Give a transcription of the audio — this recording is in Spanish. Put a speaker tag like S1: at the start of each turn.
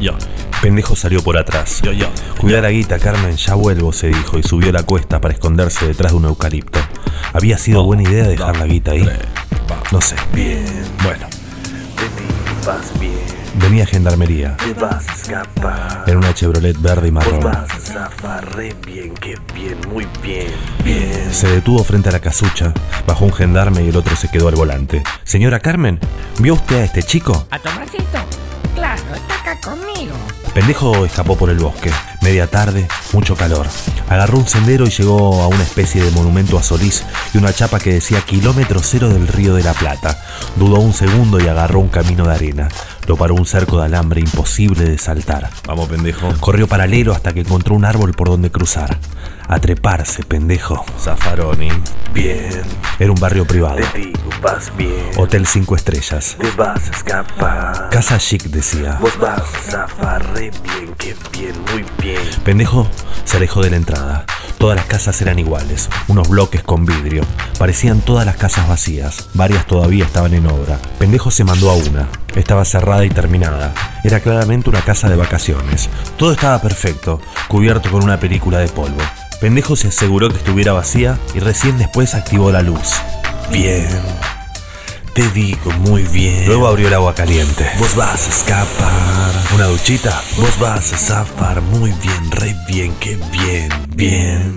S1: Yo,
S2: Pendejo salió por atrás.
S1: yo, yo.
S2: Cuidá la guita, Carmen, ya vuelvo, se dijo, y subió la cuesta para esconderse detrás de un eucalipto. Había sido buena idea dejar la guita ahí. No sé. Bien. Bueno.
S3: Vas bien,
S2: Venía gendarmería.
S3: te vas a escapar.
S2: En una Chevrolet verde y
S3: Vos
S2: marrón.
S3: vas a zafar re bien, que bien, muy bien.
S2: Se detuvo frente a la casucha, bajó un gendarme y el otro se quedó al volante. Señora Carmen, ¿vio usted a este chico?
S4: ¿A tomarse esto? Claro, está acá conmigo.
S2: Pendejo escapó por el bosque. Media tarde, mucho calor. Agarró un sendero y llegó a una especie de monumento a Solís y una chapa que decía kilómetro cero del río de la Plata. Dudó un segundo y agarró un camino de arena. Lo paró un cerco de alambre imposible de saltar.
S1: Vamos, pendejo.
S2: Corrió paralelo hasta que encontró un árbol por donde cruzar. A treparse, pendejo.
S1: Zafaroni.
S3: Bien,
S2: Era un barrio privado.
S3: te digo, vas bien,
S2: Hotel 5 estrellas.
S3: te vas a escapar.
S2: Casa chic decía.
S3: Vos vas a zafar re bien, que bien, muy bien.
S2: Pendejo se alejó de la entrada. Todas las casas eran iguales, unos bloques con vidrio. Parecían todas las casas vacías, varias todavía estaban en obra. Pendejo se mandó a una, estaba cerrada y terminada. Era claramente una casa de vacaciones. Todo estaba perfecto, cubierto con una película de polvo. Pendejo se aseguró que estuviera vacía y recién después activó la luz.
S3: Bien, te digo muy bien.
S2: Luego abrió el agua caliente.
S3: Vos vas a escapar,
S2: Una duchita
S3: vos vas a zafar muy bien, re bien, que bien, bien.